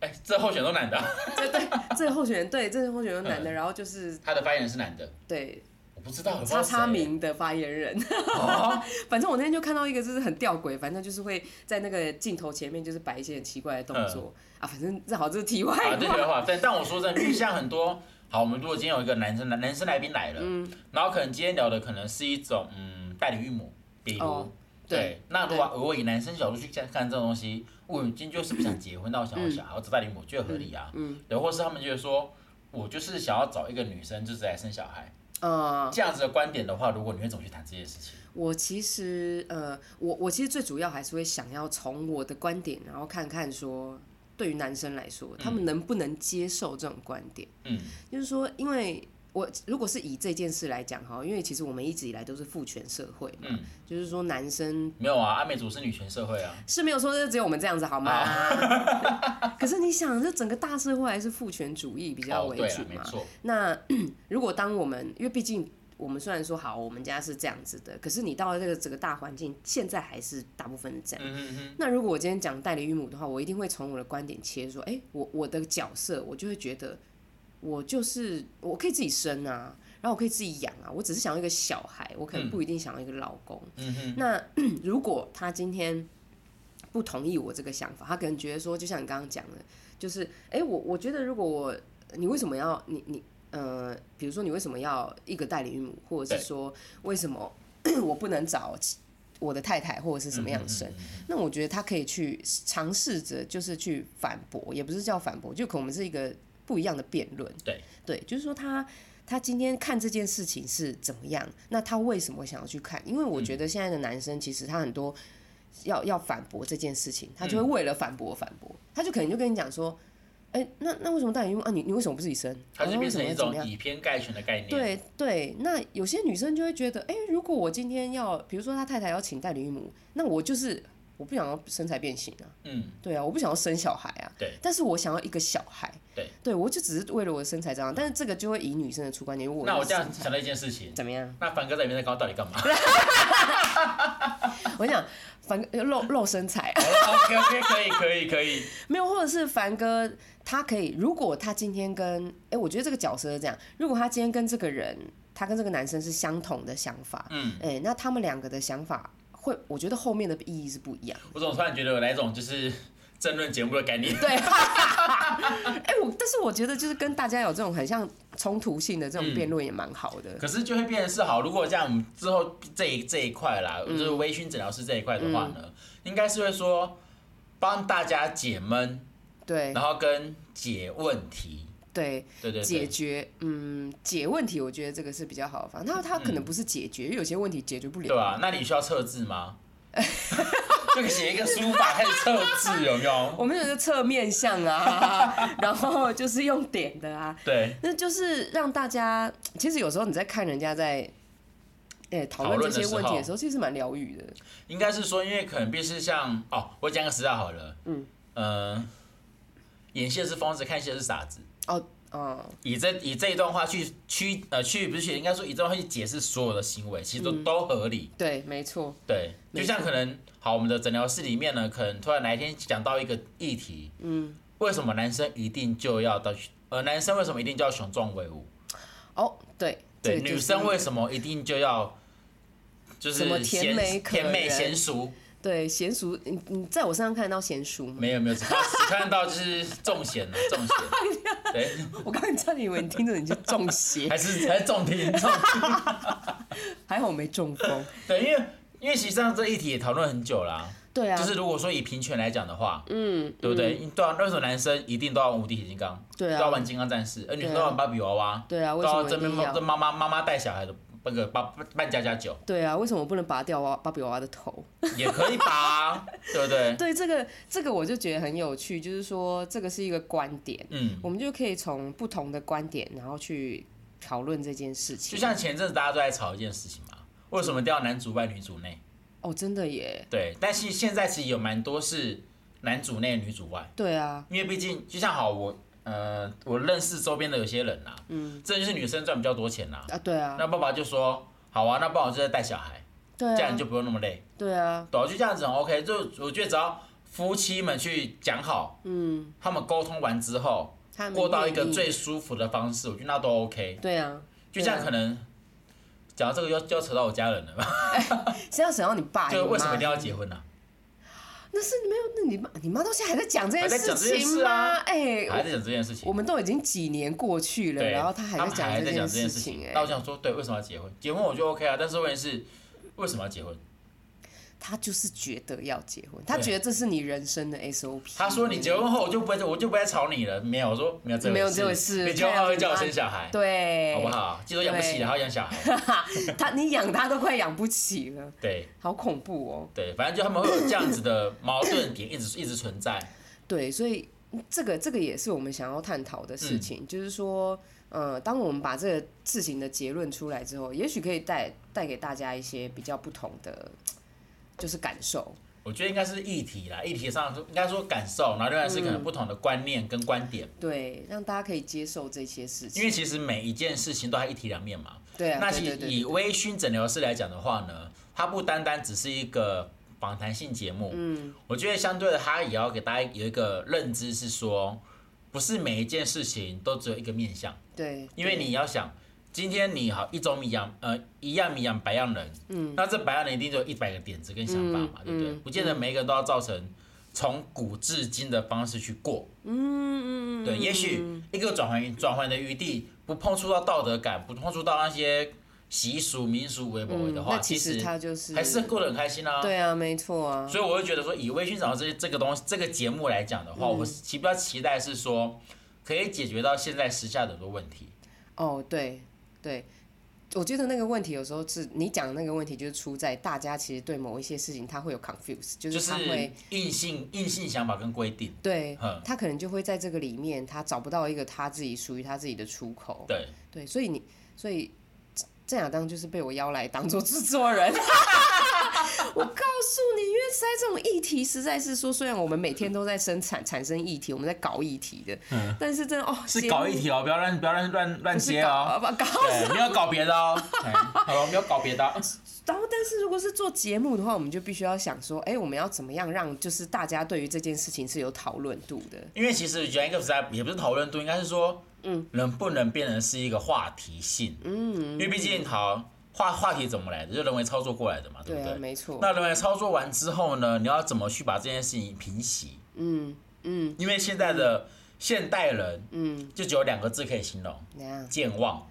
Speaker 2: 哎、这候选都男的啊，
Speaker 1: 对对，这个候选人对，这个候选人男的，然后就是
Speaker 2: 他的发言人是男的，
Speaker 1: 对
Speaker 2: 我不知道，嗯我不知
Speaker 1: 叉
Speaker 2: 道
Speaker 1: 叉
Speaker 2: 谁
Speaker 1: 名的发言人。
Speaker 2: 哦，
Speaker 1: 反正我那天就看到一个，就是很吊诡，反正就是会在那个镜头前面就是摆一些很奇怪的动作、啊。反正这好，这是题外
Speaker 2: 嗯啊，这
Speaker 1: 话。
Speaker 2: 句话，但但我说真的，因为像很多，好，我们如果今天有一个男生男男生来宾来了，
Speaker 1: 嗯
Speaker 2: 然后可能今天聊的可能是一种嗯代理孕母，比如、
Speaker 1: 哦对
Speaker 2: 那如果如果以男生角度去看看这种东西，我今天就是不想结婚，那我想
Speaker 1: 嗯
Speaker 2: 要小孩，我找代理孕母，我觉得合理啊，嗯，然后或是他们觉得说。我就是想要找一个女生，就是来生小孩。
Speaker 1: 嗯，
Speaker 2: 这样子的观点的话，如果你会怎么去谈这件事情？
Speaker 1: 我其实呃，我我其实最主要还是会想要从我的观点，然后看看说，对于男生来说，他们能不能接受这种观点？
Speaker 2: 嗯，
Speaker 1: 就是说，因为我如果是以这件事来讲哈，因为其实我们一直以来都是父权社会嘛，
Speaker 2: 嗯
Speaker 1: 就是说男生
Speaker 2: 没有啊，阿美族是女权社会啊，
Speaker 1: 是没有说只有我们这样子 好吗？可是你想，这整个大社会还是父权主义比较
Speaker 2: 哦
Speaker 1: 为
Speaker 2: 对
Speaker 1: 主
Speaker 2: 啊，没
Speaker 1: 嘛。
Speaker 2: 错，
Speaker 1: 那 如果当我们，因为毕竟我们虽然说好，我们家是这样子的，可是你到了这个整个大环境，现在还是大部分是这样。
Speaker 2: 嗯哼哼，
Speaker 1: 那如果我今天讲代理孕母的话，我一定会从我的观点切入说，哎、我我的角色，我就会觉得我就是我可以自己生啊，然后我可以自己养啊，我只是想要一个小孩，我可能不一定想要一个老公。
Speaker 2: 嗯哼，
Speaker 1: 那如果他今天不同意我这个想法，他可能觉得说，就像你刚刚讲的，就是哎、诶我我觉得如果我你为什么要你你呃，比如说你为什么要一个代理孕母，或者
Speaker 2: 对
Speaker 1: 是说为什么 我不能找其我的太太或者是什么样
Speaker 2: 嗯
Speaker 1: 生？那我觉得他可以去尝试着，就是去反驳，也不是叫反驳，就可能我们是一个不一样的辩论。
Speaker 2: 对
Speaker 1: 对，就是说他他今天看这件事情是怎么样，那他为什么想要去看？因为我
Speaker 2: 嗯
Speaker 1: 觉得现在的男生其实他很多要要反驳这件事情，他
Speaker 2: 嗯
Speaker 1: 就会为了反驳反驳，他就可能就跟你讲说。哎、那那为什么戴眼镜啊？你你为什么不自己生？
Speaker 2: 它
Speaker 1: 啊
Speaker 2: 就
Speaker 1: 为
Speaker 2: 变
Speaker 1: 什
Speaker 2: 成
Speaker 1: 么
Speaker 2: 一
Speaker 1: 要怎么
Speaker 2: 种
Speaker 1: 样？
Speaker 2: 以偏概全的概念，，
Speaker 1: 对对，那有些女生就会觉得，哎、如果我今天要，比如说她太太要请代理孕母，那我就是我不想要身材变形啊，
Speaker 2: 嗯，
Speaker 1: 对啊，我不想要生小孩啊，
Speaker 2: 对，
Speaker 1: 但是我想要一个小孩，
Speaker 2: 对，
Speaker 1: 对我就只是为了我的身材这样，但是这个就会以女生的出观点，因为我
Speaker 2: 那我
Speaker 1: 的
Speaker 2: 这样
Speaker 1: 身材
Speaker 2: 想到一件事情，
Speaker 1: 怎么样？
Speaker 2: 那凡哥在里面在高到底 干嘛
Speaker 1: 我想凡哥露露身材，
Speaker 2: ？OK OK 哎可以可以可以，
Speaker 1: 没有，或者是凡哥他可以，如果他今天跟哎、我觉得这个角色是这样，如果他今天跟这个人，他跟这个男生是相同的想法，
Speaker 2: 嗯，
Speaker 1: 哎、那他们两个的想法会，我觉得后面的意义是不 一样。
Speaker 2: 我总突然觉得有来一种就是争论节目的概念，
Speaker 1: 对，哎、我但是我觉得就是跟大家有这种很像冲突性的这种辩论也蛮好的。
Speaker 2: 可是就会变成是好，如果这样，我们之后这一这一块啦，
Speaker 1: 嗯
Speaker 2: 就是微醺诊疗师这一块的话呢，应该是会说帮大家解闷，
Speaker 1: 对
Speaker 2: 然后跟解问题，
Speaker 1: 对，
Speaker 2: 对对
Speaker 1: 解
Speaker 2: 对，
Speaker 1: 决嗯解问题，我觉得这个是比较好的方法。那他可能不是解决，因为有些问题解决不了。
Speaker 2: 嗯对啊吧、那你需要测字吗？ 就写一个书法开始测字，有没有？
Speaker 1: 我们有个侧面向啊， 然后就是用点的啊，
Speaker 2: 对，
Speaker 1: 那就是让大家，其实有时候你在看人家在，诶讨论
Speaker 2: 讨
Speaker 1: 这
Speaker 2: 论的
Speaker 1: 些问题
Speaker 2: 时
Speaker 1: 的
Speaker 2: 候
Speaker 1: 时候，其实蛮疗愈的。
Speaker 2: 应该是说，因为可能必是像哦，我讲个实话好了，嗯，呃，演戏的是疯子，看戏的是傻子。
Speaker 1: 哦，哦，
Speaker 2: 以这以这一段话去去呃去不是去，应该说以这段话去解释所有的行为，其实都、都合理。
Speaker 1: 对，没错，
Speaker 2: 对，
Speaker 1: 没
Speaker 2: 就像
Speaker 1: 错
Speaker 2: 可能好，我们的诊疗室里面呢，可能突然哪一天讲到一个议题，嗯，为什么男生一定就要到呃，男生为什么一定就要雄壮威武？
Speaker 1: 哦，对，
Speaker 2: 对，
Speaker 1: 这个就是
Speaker 2: 女生为什么一定就要就
Speaker 1: 什么
Speaker 2: 是
Speaker 1: 甜
Speaker 2: 贤
Speaker 1: 美可
Speaker 2: 甜美
Speaker 1: 人
Speaker 2: 娴熟？
Speaker 1: 对娴熟，你你在我身上看得到娴熟吗？
Speaker 2: 没有没有，只看只看到就是重贤了，重贤， 对，
Speaker 1: 我刚才差点以为你听着你就中邪，
Speaker 2: 还是还是重听重听，
Speaker 1: 还好我没中 风。
Speaker 2: 对，因为因为其实上这议题也讨论很久啦、
Speaker 1: 对啊，
Speaker 2: 就是如果说以平权来讲的话，嗯，对不对？对啊，为什么男生一定都要玩无敌铁金刚？
Speaker 1: 对啊
Speaker 2: 都要玩金刚战士，而女生
Speaker 1: 对啊
Speaker 2: 都要玩芭比娃娃，
Speaker 1: 对啊，
Speaker 2: 都
Speaker 1: 为什
Speaker 2: 要
Speaker 1: 么
Speaker 2: 这
Speaker 1: 一
Speaker 2: 边
Speaker 1: 定
Speaker 2: 这
Speaker 1: 要？
Speaker 2: 妈妈妈妈带小孩的那个扮扮家家酒
Speaker 1: 对啊，为什么不能拔掉芭芭比娃娃的头？
Speaker 2: 也可以 吧？对不对？
Speaker 1: 对，这个这个我就觉得很有趣，就是说这个是一个观点，
Speaker 2: 嗯，
Speaker 1: 我们就可以从不同的观点，然后去讨论这件事情。
Speaker 2: 就像前阵子大家都在吵一件事情嘛，为什么一定要男主外女主内？
Speaker 1: 哦，真的耶，
Speaker 2: 对，但是现在其实有蛮多是男主内女主外，
Speaker 1: 对啊，
Speaker 2: 因为毕竟就像好我呃我认识周边的有些人啦、嗯，这就是女生赚比较多钱啦、
Speaker 1: 啊对啊，
Speaker 2: 那爸爸就说：“好啊，那爸爸就在带小孩，
Speaker 1: 对
Speaker 2: 这样你
Speaker 1: 啊，
Speaker 2: 就不用那么累。
Speaker 1: 对啊，”
Speaker 2: 对啊，就这样子很 OK。就我觉得只要夫妻们去讲好，嗯，他们沟通完之后，
Speaker 1: 他们
Speaker 2: 过到一个
Speaker 1: 愿意
Speaker 2: 最舒服的方式，我觉得那都 OK。
Speaker 1: 对啊，
Speaker 2: 就像
Speaker 1: 对啊
Speaker 2: 可能讲到这个要要扯到我家人了吧？
Speaker 1: 是要想要你爸，
Speaker 2: 就
Speaker 1: 你
Speaker 2: 为什么
Speaker 1: 妈
Speaker 2: 一定要结婚啊呢、
Speaker 1: 那是没有，那你妈你妈到现在还在讲这件
Speaker 2: 还在讲这件
Speaker 1: 情
Speaker 2: 事啊
Speaker 1: 吗？哎、
Speaker 2: 还在讲这件事
Speaker 1: 我我
Speaker 2: 情。
Speaker 1: 们都已经几年过去了，
Speaker 2: 对，
Speaker 1: 然后他还
Speaker 2: 他
Speaker 1: 在
Speaker 2: 们还
Speaker 1: 讲
Speaker 2: 在讲这件
Speaker 1: 事
Speaker 2: 事
Speaker 1: 情、
Speaker 2: 那
Speaker 1: 哎
Speaker 2: 我，想说，对，为什么要结婚？结婚我就 OK 啊，但是问题是为什么要结婚？
Speaker 1: 他就是觉得要结婚，他
Speaker 2: 对
Speaker 1: 觉得这是你人生的 SOP。
Speaker 2: 他说你结婚后我就不会，我就不会吵你了。没有，我说没有这
Speaker 1: 没有这回事
Speaker 2: 你结婚后会叫我
Speaker 1: 太阳
Speaker 2: 生小孩，
Speaker 1: 对，
Speaker 2: 好不？好？记得养不起，
Speaker 1: 对
Speaker 2: 然后养小孩。
Speaker 1: 他你养他都快养不起了，
Speaker 2: 对
Speaker 1: 好恐怖哦。
Speaker 2: 对，反正就他们会有这样子的矛盾点一直一直存在。嗯
Speaker 1: 对，所以这个这个也是我们想要探讨的事情，就是说，呃，当我们把这个事情的结论出来之后，也许可以带带给大家一些比较不同的，就是感受。
Speaker 2: 我觉得应该是议题啦，议题上应该说感受，然后另外是可
Speaker 1: 嗯
Speaker 2: 能不同的观念跟观点，
Speaker 1: 对，让大家可以接受这些事
Speaker 2: 因
Speaker 1: 情。
Speaker 2: 为其实每一件事情都还一体两面嘛。
Speaker 1: 对啊，
Speaker 2: 那
Speaker 1: 对
Speaker 2: 其
Speaker 1: 对
Speaker 2: 实
Speaker 1: 对
Speaker 2: 以微醺诊疗室来讲的话呢，它不单单只是一个访谈性节目，嗯，我觉得相对的，它也要给大家有一个认知是说，不是每一件事情都只有一个面向，
Speaker 1: 对，
Speaker 2: 因为你要想，今天你好一种米养呃一样米养百样人，嗯，那这百样人一定就有一百个点子跟想法嘛，对不对？不见得每一个人都要造成从古至今的方式去过，嗯嗯，对，也许一个转换转换的余地，不碰触到道德感，不碰触到那些习俗民俗微博的
Speaker 1: 那
Speaker 2: 话，
Speaker 1: 其实
Speaker 2: 嗯实
Speaker 1: 他就是
Speaker 2: 还是过得很开心啊。
Speaker 1: 对啊，没错啊，
Speaker 2: 所以我会觉得说，以微醺长这这个东西这个节目来讲的话，我期比较期待是说，可以解决到现在时下的很多问题。
Speaker 1: 哦，对对，我觉得那个问题有时候是你讲的那个问题，就是出在大家其实对某一些事情他会有 confuse，就
Speaker 2: 就是嗯是
Speaker 1: 他会。
Speaker 2: 硬性硬性想法跟规定，
Speaker 1: 对
Speaker 2: 嗯，
Speaker 1: 他可能就会在这个里面，他找不到一个他自己属于他自己的出口。
Speaker 2: 对，
Speaker 1: 对，所以你，所以郑郑亚当就是被我邀来当做制作人。 我告诉你，因为实在这种议题，实在是说，虽然我们每天都在生产产生议题，我们在搞议题的，但是真的哦，
Speaker 2: 嗯是
Speaker 1: 节
Speaker 2: 搞
Speaker 1: 目
Speaker 2: 一题哦，不要乱不要乱乱乱
Speaker 1: 不是
Speaker 2: 接
Speaker 1: 搞
Speaker 2: 哦，
Speaker 1: 啊不搞
Speaker 2: 对，没有搞别的哦，哎好了，没有搞别的哦，
Speaker 1: 然后，但是如果是做节目的话，我们就必须要想说，哎、我们要怎么样让就是大家对于这件事情是有讨论度的？
Speaker 2: 因为其实原一个 s 也不是讨论度，应该是说，嗯，能不能变成是一个话题性，嗯，因为毕竟好话话题怎么来的，就人为操作过来的嘛，对
Speaker 1: 对
Speaker 2: 不
Speaker 1: 啊，
Speaker 2: 对？
Speaker 1: 没错。
Speaker 2: 那人为操作完之后呢，你要怎么去把这件事情平息？嗯嗯，因为现在的现代人，嗯，就只有两个字可以形容，
Speaker 1: 怎样？
Speaker 2: 健忘，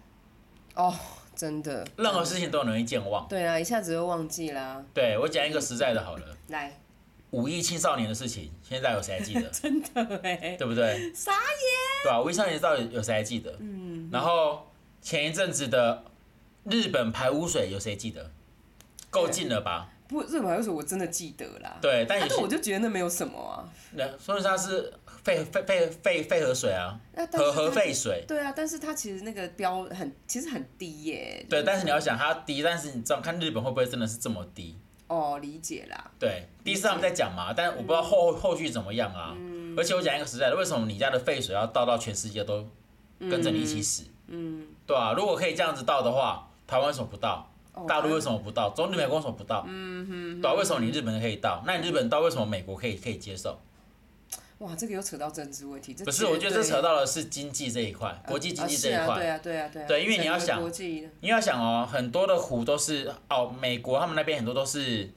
Speaker 1: 哦，真的，
Speaker 2: 任何事情都很容易健忘。
Speaker 1: 对啊，一下子就忘记啦。
Speaker 2: 对我讲一个实在的好了，
Speaker 1: 来，
Speaker 2: 五亿青少年的事情，现在有谁还 记得？
Speaker 1: 真的哎，
Speaker 2: 对不对？
Speaker 1: 傻眼。
Speaker 2: 对啊吧、五亿青少年到底有谁还记得？嗯。然后前一阵子的日本排污水有谁记得？够近了吧？
Speaker 1: 不，日本还有什么我真的记得啦。
Speaker 2: 对，但
Speaker 1: 啊，
Speaker 2: 有
Speaker 1: 但我
Speaker 2: 些
Speaker 1: 就觉得那没有什么啊。
Speaker 2: 那说实它是废废废废废河水啊，
Speaker 1: 那但
Speaker 2: 核
Speaker 1: 是
Speaker 2: 核
Speaker 1: 它
Speaker 2: 废水。
Speaker 1: 对啊，但是它其实那个标很，其实很低耶。
Speaker 2: 对，但是你要想它低，但是你知道看日本会不会真的是这么低？
Speaker 1: 哦，理解啦。
Speaker 2: 对，第一次他们在讲嘛，但我不知道后后续怎么样啊。而且我讲一个实在的，为什么你家的废水要倒到全世界都跟着你一起死？嗯，对啊，如果可以这样子倒的话，台湾为什么不倒？大陆为什么不倒？中美国为什么不倒？嗯哼，对啊，为什么你日本可以倒？那你日本倒，为什么美国可以可以接受？
Speaker 1: 哇，这个又扯到政治问题。这
Speaker 2: 不是，我觉得这
Speaker 1: 绝对
Speaker 2: 扯到的是经济这一块，国际经济这一
Speaker 1: 啊是啊对
Speaker 2: 块。
Speaker 1: 啊，对啊，对啊。
Speaker 2: 对因为你要
Speaker 1: 整个
Speaker 2: 想
Speaker 1: 国际
Speaker 2: 你要想哦，很多的湖都是哦，美国他们那边很多都是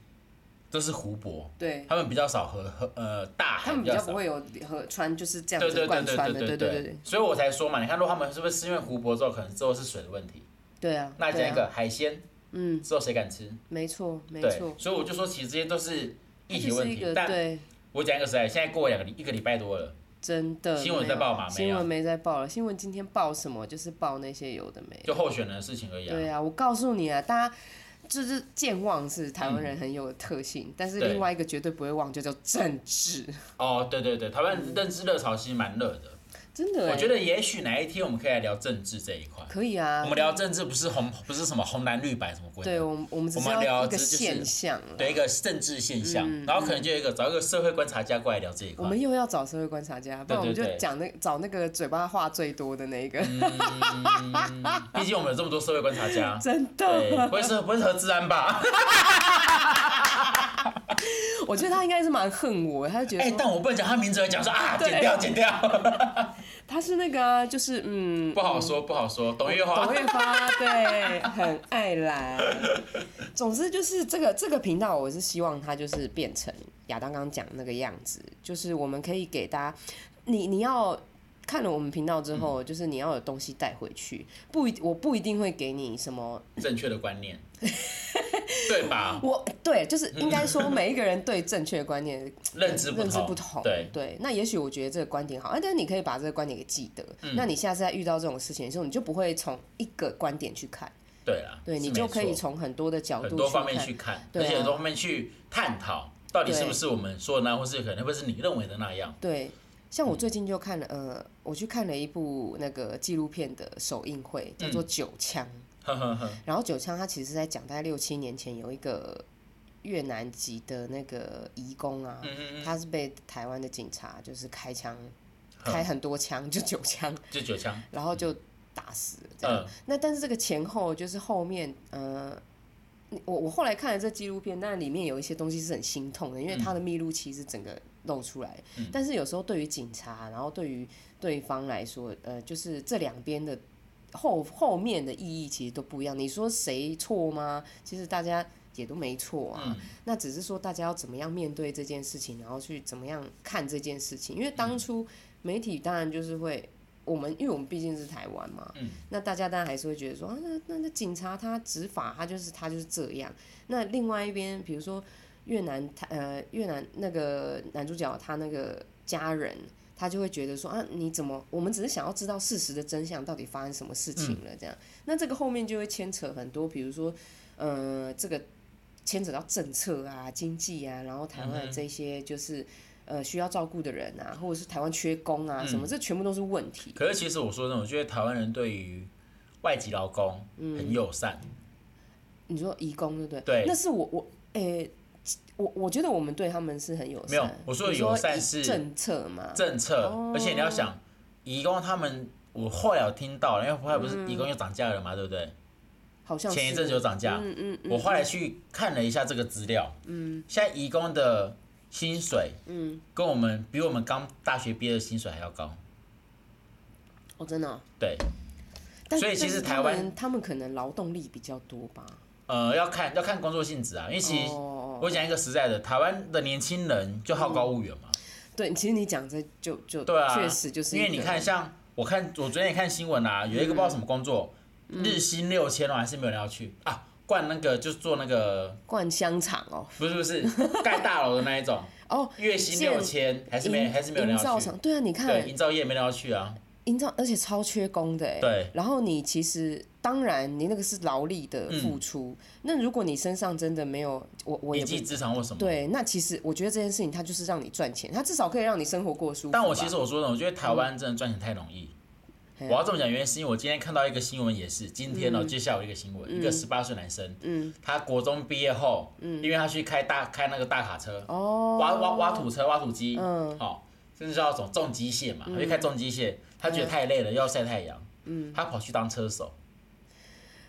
Speaker 2: 都是湖泊，
Speaker 1: 对，
Speaker 2: 他们比较少和和呃大
Speaker 1: 他
Speaker 2: 海
Speaker 1: 们
Speaker 2: 比
Speaker 1: 比
Speaker 2: 较
Speaker 1: 较
Speaker 2: 少
Speaker 1: 不。会有和穿就是这样
Speaker 2: 对
Speaker 1: 子
Speaker 2: 对对
Speaker 1: 贯
Speaker 2: 对
Speaker 1: 穿
Speaker 2: 对
Speaker 1: 的，对
Speaker 2: 对
Speaker 1: 对对，
Speaker 2: 所以我才说嘛，你看，如果他们是不是因为湖泊之后，可能之后是水的问题？
Speaker 1: 对啊。
Speaker 2: 那
Speaker 1: 对
Speaker 2: 讲
Speaker 1: 啊
Speaker 2: 一个海鲜，
Speaker 1: 嗯，
Speaker 2: 之后谁敢吃？
Speaker 1: 没错没
Speaker 2: 对
Speaker 1: 错，，
Speaker 2: 所以我就说，其实这些都是
Speaker 1: 它
Speaker 2: 议
Speaker 1: 就
Speaker 2: 题
Speaker 1: 是
Speaker 2: 问
Speaker 1: 一
Speaker 2: 题
Speaker 1: 个。
Speaker 2: 但
Speaker 1: 对，
Speaker 2: 我讲一个实在，现在过两个礼一个礼拜多了，
Speaker 1: 真的
Speaker 2: 新闻
Speaker 1: 没
Speaker 2: 在
Speaker 1: 有
Speaker 2: 报吗没啊
Speaker 1: 新
Speaker 2: 有
Speaker 1: 闻没在报了，新闻今天报什么？就是报那些有的没的。
Speaker 2: 就候选人的事情而已啊。
Speaker 1: 对啊，我告诉你啊，大家。就是健忘是台湾人很有的特性，但是
Speaker 2: 对
Speaker 1: 另外一个绝对不会忘，就叫政治，
Speaker 2: 哦，对对对，台湾认知热潮其实蛮热的。
Speaker 1: 真的、欸。
Speaker 2: 我觉得也许哪一天我们可以来聊政治这一块。
Speaker 1: 可以啊
Speaker 2: 我，们聊政治不是红，不是什么红蓝绿白什么鬼的。
Speaker 1: 对我们我们只
Speaker 2: 我
Speaker 1: 是
Speaker 2: 们聊
Speaker 1: 要一
Speaker 2: 这
Speaker 1: 个
Speaker 2: 就是
Speaker 1: 现象啊啦
Speaker 2: 对一个政治现
Speaker 1: 嗯
Speaker 2: 象，然后可能就有一个找一个社会观察家过来聊这一
Speaker 1: 我
Speaker 2: 块。
Speaker 1: 们又要找社会观察家，不然我们就
Speaker 2: 对嗯对对
Speaker 1: 讲那找那个嘴巴话最多的那一个，。
Speaker 2: 毕竟我们有这么多社会观察家
Speaker 1: 真
Speaker 2: 对，不
Speaker 1: 的，
Speaker 2: 会是不会是何志安 吧？
Speaker 1: 我觉得他应该是蛮恨我，他就觉
Speaker 2: 哎、
Speaker 1: 得说
Speaker 2: 但我不能讲他名字，讲说啊，
Speaker 1: 对
Speaker 2: 剪掉剪掉，
Speaker 1: 他是那个啊，就是嗯
Speaker 2: 不，好说不好说。董月花
Speaker 1: 董，月花对，很爱来。总之就是这个这个频道，我是希望它就是变成亚当刚刚讲的那个样子，就是我们可以给大家，你你要。看了我们频道之后，
Speaker 2: 嗯
Speaker 1: 就是你要有东西带回去，不一我不一定会给你什么
Speaker 2: 正确的观念， 对吧？
Speaker 1: 我 对，就是应该说每一个人对正确的观念
Speaker 2: 认知不
Speaker 1: 认知
Speaker 2: 同
Speaker 1: 不同，
Speaker 2: 对
Speaker 1: 那也许我觉得这个观点好，哎，但是你可以把这个观点给记得，
Speaker 2: 嗯
Speaker 1: 那你下次在遇到这种事情的时候，你就不会从一个观点去看，
Speaker 2: 对啦，
Speaker 1: 对
Speaker 2: 是
Speaker 1: 你
Speaker 2: 没
Speaker 1: 就可以
Speaker 2: 错
Speaker 1: 从很多的角度
Speaker 2: 很多方面
Speaker 1: 看
Speaker 2: 去看，
Speaker 1: 对啊
Speaker 2: 而且很多方面去探讨，到底
Speaker 1: 对
Speaker 2: 是不是我们说的那样，或是可能会不会是你认为的那样？
Speaker 1: 对。像
Speaker 2: 嗯
Speaker 1: 我最近就看了，呃，我去看了一部那个纪录片的首映会，叫做
Speaker 2: 嗯
Speaker 1: 《九枪》。
Speaker 2: 呵呵呵，
Speaker 1: 然后《九枪》它其实在讲，大概六七年前有一个越南籍的那个移工啊，
Speaker 2: 嗯嗯嗯，
Speaker 1: 他是被台湾的警察就是开枪，
Speaker 2: 嗯
Speaker 1: 开很多枪，就九枪，
Speaker 2: 就九枪，
Speaker 1: 然后就打死了这样。
Speaker 2: 嗯
Speaker 1: 那但是这个前后就是后面，呃，你我我后来看了这纪录片，但里面有一些东西是很心痛的，因为他的密录期是整个露出来。
Speaker 2: 嗯
Speaker 1: 但是有时候对于警察，然后对于对方来说，呃，就是这两边的后后面的意义其实都不一样。你说谁错吗？其实大家也都没错啊。
Speaker 2: 嗯
Speaker 1: 那只是说大家要怎么样面对这件事情，然后去怎么样看这件事情。因为
Speaker 2: 嗯
Speaker 1: 当初媒体当然就是会，我们因为我们毕竟是台湾嘛，
Speaker 2: 嗯
Speaker 1: 那大家当然还是会觉得说啊，那那那警察他执法，他就是他就是这样。那另外一边，比如说越南，他呃越南那个男主角他那个家人。他就会觉得说啊，你怎么？我们只是想要知道事实的真相，到底发生什么事情了？这样，那这个后面就会牵扯很多，比如说，呃，这个牵扯到政策啊、经济啊，然后台湾的这些就是、呃需要照顾的人啊，或者是台湾缺工啊什么，这全部都是问题。
Speaker 2: 可是其实我说真的，我觉得台湾人对于外籍劳工
Speaker 1: 嗯
Speaker 2: 很友善，
Speaker 1: 你说移工对不对？
Speaker 2: 对
Speaker 1: 那是我我诶、我我觉得我们对他们是很友善。
Speaker 2: 没有我说的
Speaker 1: 你
Speaker 2: 友善是
Speaker 1: 以政策嘛，
Speaker 2: 政策，
Speaker 1: 哦
Speaker 2: 而且你要想，移工他们，我后来有听到，因为后来不是移工又涨价了嘛，对不对？
Speaker 1: 好像是
Speaker 2: 前一阵子有涨价，
Speaker 1: 嗯嗯嗯，
Speaker 2: 我后来去看了一下这个资料，嗯，现在移工的薪水，嗯，跟我们比我们刚大学毕业的薪水还要高，
Speaker 1: 哦真的哦、
Speaker 2: 对，
Speaker 1: 但
Speaker 2: 所以其实
Speaker 1: 但是
Speaker 2: 台湾
Speaker 1: 他们他们可能劳动力比较多吧。
Speaker 2: 呃，要看要看工作性质啊，因为其实
Speaker 1: 哦
Speaker 2: 我讲一个实在的，台湾的年轻人就好高骛远嘛，
Speaker 1: 对，其实你讲这就就
Speaker 2: 对啊，
Speaker 1: 确实就是
Speaker 2: 因为
Speaker 1: 一
Speaker 2: 你
Speaker 1: 个
Speaker 2: 看像我看我昨天也看新闻啊，有一个不知道什么工作，
Speaker 1: 嗯
Speaker 2: 日薪六千哦，还是没有人要去啊，灌那个就是做那个
Speaker 1: 灌香肠哦，
Speaker 2: 不是不是盖大楼的那一种，
Speaker 1: 哦，
Speaker 2: 月薪
Speaker 1: 建
Speaker 2: 六千还是没
Speaker 1: 营
Speaker 2: 还是没有人
Speaker 1: 营
Speaker 2: 要
Speaker 1: 造
Speaker 2: 去
Speaker 1: 厂，，对啊，你看
Speaker 2: 对，营造业没人要去啊，
Speaker 1: 营造，而且超缺工的哎。
Speaker 2: 对。
Speaker 1: 然后你其实当然你那个是劳力的
Speaker 2: 嗯
Speaker 1: 付出，那如果你身上真的没有我我
Speaker 2: 一
Speaker 1: 也不
Speaker 2: 技之长或什么，
Speaker 1: 对，那其实我觉得这件事情它就是让你赚钱，它至少可以让你生活过舒服吧。
Speaker 2: 但我其实我说的，我觉得台湾真的赚钱太容易。
Speaker 1: 嗯
Speaker 2: 我要这么讲，原因是因为我今天看到一个新闻，也是今天呢、接下来有一个新闻，
Speaker 1: 嗯
Speaker 2: 一个十八岁男生，他国中毕业后，因为他去开大开那个大卡车，
Speaker 1: 哦，嗯
Speaker 2: 挖挖挖土车、挖土机，好，甚至叫种重机械嘛，他就开重机械，他
Speaker 1: 嗯
Speaker 2: 觉得太累了，要晒太阳，他跑去当车手，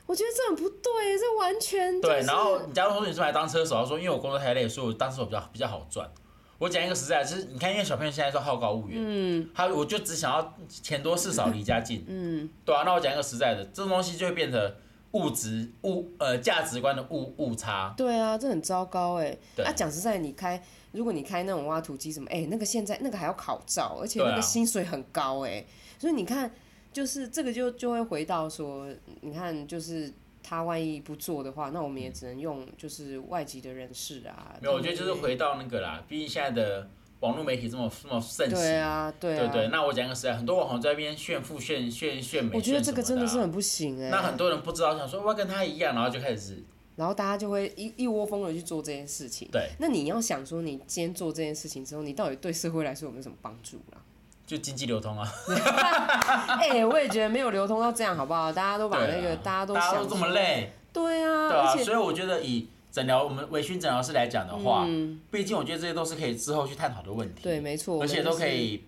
Speaker 1: 我觉得这很不对，这完全就
Speaker 2: 对，
Speaker 1: 是
Speaker 2: 然后你假如说你是来当车手，他说因为我工作太累，所以我当车手比较比较好赚。我讲一个实在的，就是你看，因为小朋友现在都好高骛远，嗯，他我就只想要钱多事少离家近，嗯，对啊。那我讲一个实在的，这种东西就会变成物质物呃价值观的误误差，
Speaker 1: 对啊，这很糟糕哎。
Speaker 2: 对
Speaker 1: 啊，讲实在，你开如果你开那种挖土机什么，哎、那个现在那个还要考照，而且
Speaker 2: 对啊
Speaker 1: 那个薪水很高哎、所以你看，就是这个就就会回到说，你看就是。他万一不做的话，那我们也只能用就是外籍的人士啊。
Speaker 2: 嗯没有，我
Speaker 1: 对
Speaker 2: 觉
Speaker 1: 不
Speaker 2: 得就是
Speaker 1: 对
Speaker 2: 回到那个啦，毕竟现在的网络媒体这么这么盛行，
Speaker 1: 嗯对啊，对啊，
Speaker 2: 对对。那我讲一个实在，很多网红在那边炫富炫炫炫美，
Speaker 1: 我觉得
Speaker 2: 炫
Speaker 1: 这个
Speaker 2: 什
Speaker 1: 真
Speaker 2: 么
Speaker 1: 的
Speaker 2: 的
Speaker 1: 是
Speaker 2: 啊
Speaker 1: 很不行哎、
Speaker 2: 那很多人不知道，想说我要跟他一样，然后就开始
Speaker 1: 然后大家就会一一窝蜂的去做这件事情。
Speaker 2: 对，
Speaker 1: 那你要想说，你今天做这件事情之后，你到底对社会来说有没有什么帮助 啦？
Speaker 2: 就经济流通啊。
Speaker 1: 哎、我也觉得没有流通到这样，好不好？大家都把
Speaker 2: 对
Speaker 1: 那个、
Speaker 2: 啊
Speaker 1: 大家都
Speaker 2: 大家
Speaker 1: 想
Speaker 2: 都这么，累，
Speaker 1: 对啊，
Speaker 2: 对啊，
Speaker 1: 而且
Speaker 2: 所以我觉得以诊疗我们微醺诊疗师来讲的话，毕竟我觉得这些都是可以之后去探讨的问题，
Speaker 1: 嗯对，，没错，
Speaker 2: 而且
Speaker 1: 我们就
Speaker 2: 都
Speaker 1: 是
Speaker 2: 可，以，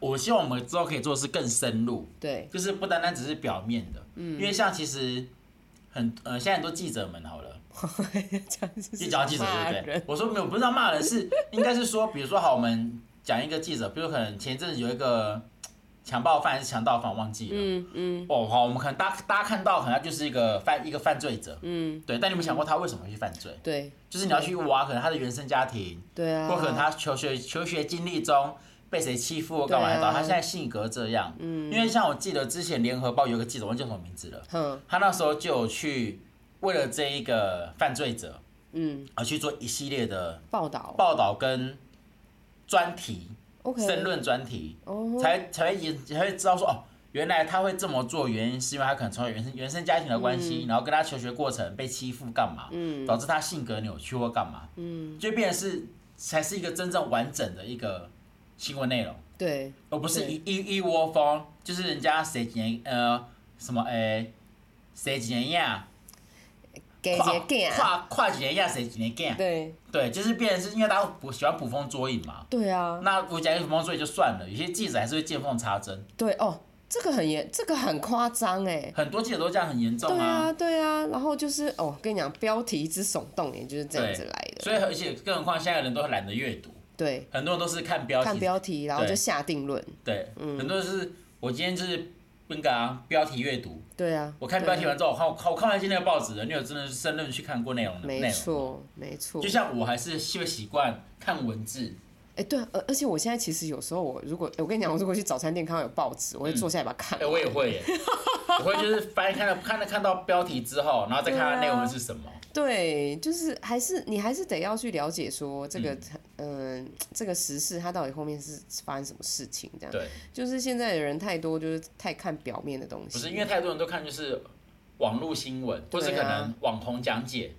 Speaker 2: 我希望我们之后可以做的是更深入，
Speaker 1: 对，
Speaker 2: 就是不单单只是表面的，
Speaker 1: 嗯
Speaker 2: 因为像其实很呃，现在很多记者们好了，
Speaker 1: 这样子
Speaker 2: 就讲到记者
Speaker 1: 骂
Speaker 2: 对不对
Speaker 1: 人？，
Speaker 2: 我说没有，不是要骂人，是应该是说，比如说好，我们讲一个记者，比如可能前一阵子有一个强暴犯还是强盗犯，我忘记了。
Speaker 1: 嗯嗯，
Speaker 2: 哦，好，我们可能大家大家看到，可能他就是一个犯一个犯罪者，嗯，对。但你有没有想过他为什么会去犯罪？
Speaker 1: 对
Speaker 2: 就是你要去挖，可能他的原生家庭，
Speaker 1: 对啊，
Speaker 2: 或可能他求学求学经历中被谁欺负或干嘛
Speaker 1: 对啊
Speaker 2: 的，导致他现在性格这样。嗯，因为像我记得之前联合报有一个记者，忘记叫什么名字了，
Speaker 1: 哼，
Speaker 2: 他那时候就有去为了这一个犯罪者
Speaker 1: 嗯，
Speaker 2: 而去做一系列的
Speaker 1: 报道
Speaker 2: 报道跟专题、
Speaker 1: ，OK，
Speaker 2: 申论专题。
Speaker 1: 哦，
Speaker 2: 才才会也才会知道说哦，原来他会这么做，原因是因为他可能从小原生原生家庭的关
Speaker 1: 嗯
Speaker 2: 系，然后跟他求学过程被欺负干嘛，导致他性格扭
Speaker 1: 嗯
Speaker 2: 曲或干嘛，就变成是才是一个真正完整的一个新闻内容。
Speaker 1: 对，
Speaker 2: 而不是
Speaker 1: 对
Speaker 2: 一一一窝蜂，就是人家谁几年呃什么诶，谁几年呀，
Speaker 1: 给
Speaker 2: 跨
Speaker 1: 节给啊，
Speaker 2: 跨跨几年呀，谁几年 gay，
Speaker 1: 对
Speaker 2: 对，就是变成是因为大家捕喜欢捕风捉影嘛。
Speaker 1: 对啊，
Speaker 2: 那我讲捕风捉影就算了，有些记者还是会见缝插针，
Speaker 1: 对哦，这个很严，这个很夸张哎。
Speaker 2: 很多记者都这样很严重
Speaker 1: 对
Speaker 2: 啊。
Speaker 1: 啊，对啊，然后就是哦，跟你讲，标题之耸动，也就是这样
Speaker 2: 对
Speaker 1: 子来的。
Speaker 2: 所以而且更何况现在人都很懒得阅读，
Speaker 1: 对，
Speaker 2: 很多人都是看标
Speaker 1: 看
Speaker 2: 题，
Speaker 1: 标题，嗯然后
Speaker 2: 对
Speaker 1: 就下定论。
Speaker 2: 对，很多人是我今天就是那个啊标题阅读，
Speaker 1: 对啊，
Speaker 2: 我看
Speaker 1: 对
Speaker 2: 标题完之后，我看我看我看完今天的报纸了，你有真的是深入去看过内容的内
Speaker 1: 没
Speaker 2: 容？
Speaker 1: 错，没错
Speaker 2: 就。像我还是会习惯看文字，
Speaker 1: 哎、对、啊，而而且我现在其实有时候我如果、我跟你讲，我如果去早餐店看到有报纸，我会坐下来把它看
Speaker 2: 哎、
Speaker 1: 完。
Speaker 2: 我也会耶， 我会就是翻看到看到看到标题之后，然后再看看内容是什么。
Speaker 1: 对，就是还是你还是得要去了解说这个，嗯、这个时事它到底后面是发生什么事情这样。
Speaker 2: 对，
Speaker 1: 就是现在的人太多，就是太看表面的东
Speaker 2: 不
Speaker 1: 西。
Speaker 2: 是因为太多人都看就是网络新闻，或
Speaker 1: 啊
Speaker 2: 是可能网红讲解。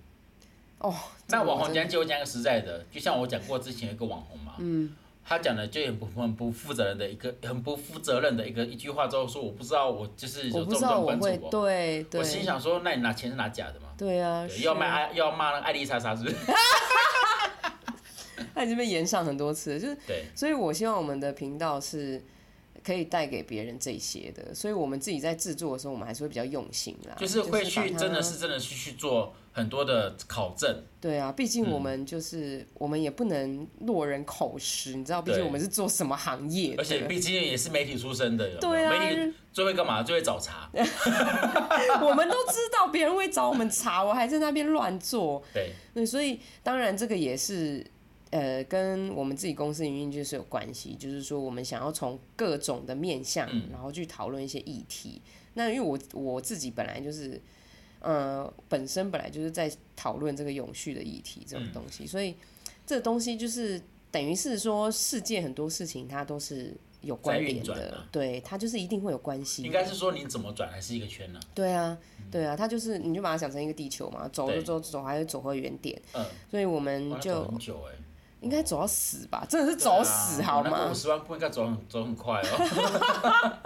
Speaker 1: 哦，这
Speaker 2: 那
Speaker 1: 个我
Speaker 2: 网红
Speaker 1: 真
Speaker 2: 讲解，我讲一个实在的，就像我讲过之前有一个网红嘛，嗯，他讲的就很不很不负责任的一个很不负责任的一个一句话之后说我不知道我就是有
Speaker 1: 我
Speaker 2: 这
Speaker 1: 不
Speaker 2: 么
Speaker 1: 知
Speaker 2: 多
Speaker 1: 道
Speaker 2: 人
Speaker 1: 我
Speaker 2: 关注
Speaker 1: 会
Speaker 2: 我，
Speaker 1: 对对
Speaker 2: 我心想说那你拿钱是拿假的吗？
Speaker 1: 对啊，
Speaker 2: 对
Speaker 1: 是
Speaker 2: 要骂艾要骂那个艾丽莎莎是不是？
Speaker 1: 他已经被延上很多次了，就是
Speaker 2: 对，
Speaker 1: 所以，我希望我们的频道是可以带给别人这些的，所以我们自己在制作的时候，我们还是会比较用心啦，
Speaker 2: 就是会
Speaker 1: 把
Speaker 2: 去
Speaker 1: 它
Speaker 2: 真的是真的去去做很多的考证，
Speaker 1: 对啊，毕
Speaker 2: 嗯
Speaker 1: 竟我们就是、我们也不能落人口实，你知道，毕竟
Speaker 2: 对
Speaker 1: 我们是做什么行业的，
Speaker 2: 而且毕竟也是媒体出身的，有没有
Speaker 1: 对啊
Speaker 2: 媒体最会干嘛？最会找茬，
Speaker 1: 我们都知道别人会找我们查，我还在那边乱做，
Speaker 2: 对
Speaker 1: 对，所以当然这个也是。呃，跟我们自己公司营运就是有关系，就是说我们想要从各种的面向，
Speaker 2: 嗯
Speaker 1: 然后去讨论一些议题。那因为我我自己本来就是，呃，本身本来就是在讨论这个永续的议题这
Speaker 2: 嗯
Speaker 1: 种东西，所以这东西就是等于是说世界很多事情它都是有关
Speaker 2: 在运
Speaker 1: 联
Speaker 2: 转
Speaker 1: 的
Speaker 2: 啊，
Speaker 1: 对，它就是一定会有关系的。
Speaker 2: 应该是说你怎么转还是一个圈呢？
Speaker 1: 对啊，对啊，它就是你就把它想成一个地球嘛，走
Speaker 2: 对
Speaker 1: 着走着走还会走回原点，
Speaker 2: 嗯，
Speaker 1: 所以我
Speaker 2: 哇
Speaker 1: 们
Speaker 2: 那
Speaker 1: 就
Speaker 2: 走很久哎。
Speaker 1: 应该走到死吧，
Speaker 2: 啊
Speaker 1: 真的是走死好吗
Speaker 2: 五？十万步应该走很走很快 哦。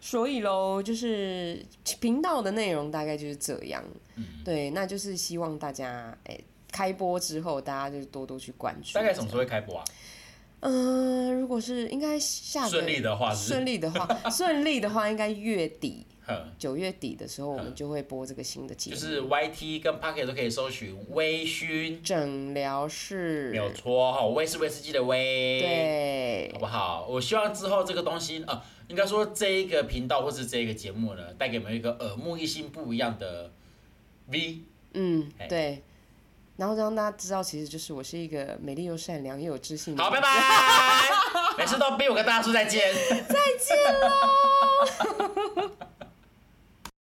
Speaker 1: 所以喽，就是频道的内容大概就是这样，
Speaker 2: 嗯
Speaker 1: 对，那就是希望大家哎、开播之后大家就多多去关注。
Speaker 2: 大概什么时候会开播啊？
Speaker 1: 嗯、如果是应该下个
Speaker 2: 顺利的话是
Speaker 1: 顺利 的话，顺利的话应该月底
Speaker 2: 哼，
Speaker 1: 九月底的时候我们就会播这个新的节
Speaker 2: 嗯就
Speaker 1: 目，
Speaker 2: 是 YT 跟 Pocket 都可以搜寻微醺，
Speaker 1: 诊疗室
Speaker 2: 没有错哈，威是威士忌的威。。
Speaker 1: 对
Speaker 2: 好，不好？我希望之后这个东西，呃，应该说这一个频道或是这一个节目呢，带给我们一个耳目一新、不一样的 V。
Speaker 1: 嗯
Speaker 2: 哎，
Speaker 1: 对。然后让大家知道，其实就是我是一个美丽又善良又有知性的。
Speaker 2: 好，拜。拜。每次都逼我跟大家说再见。
Speaker 1: 再见喽。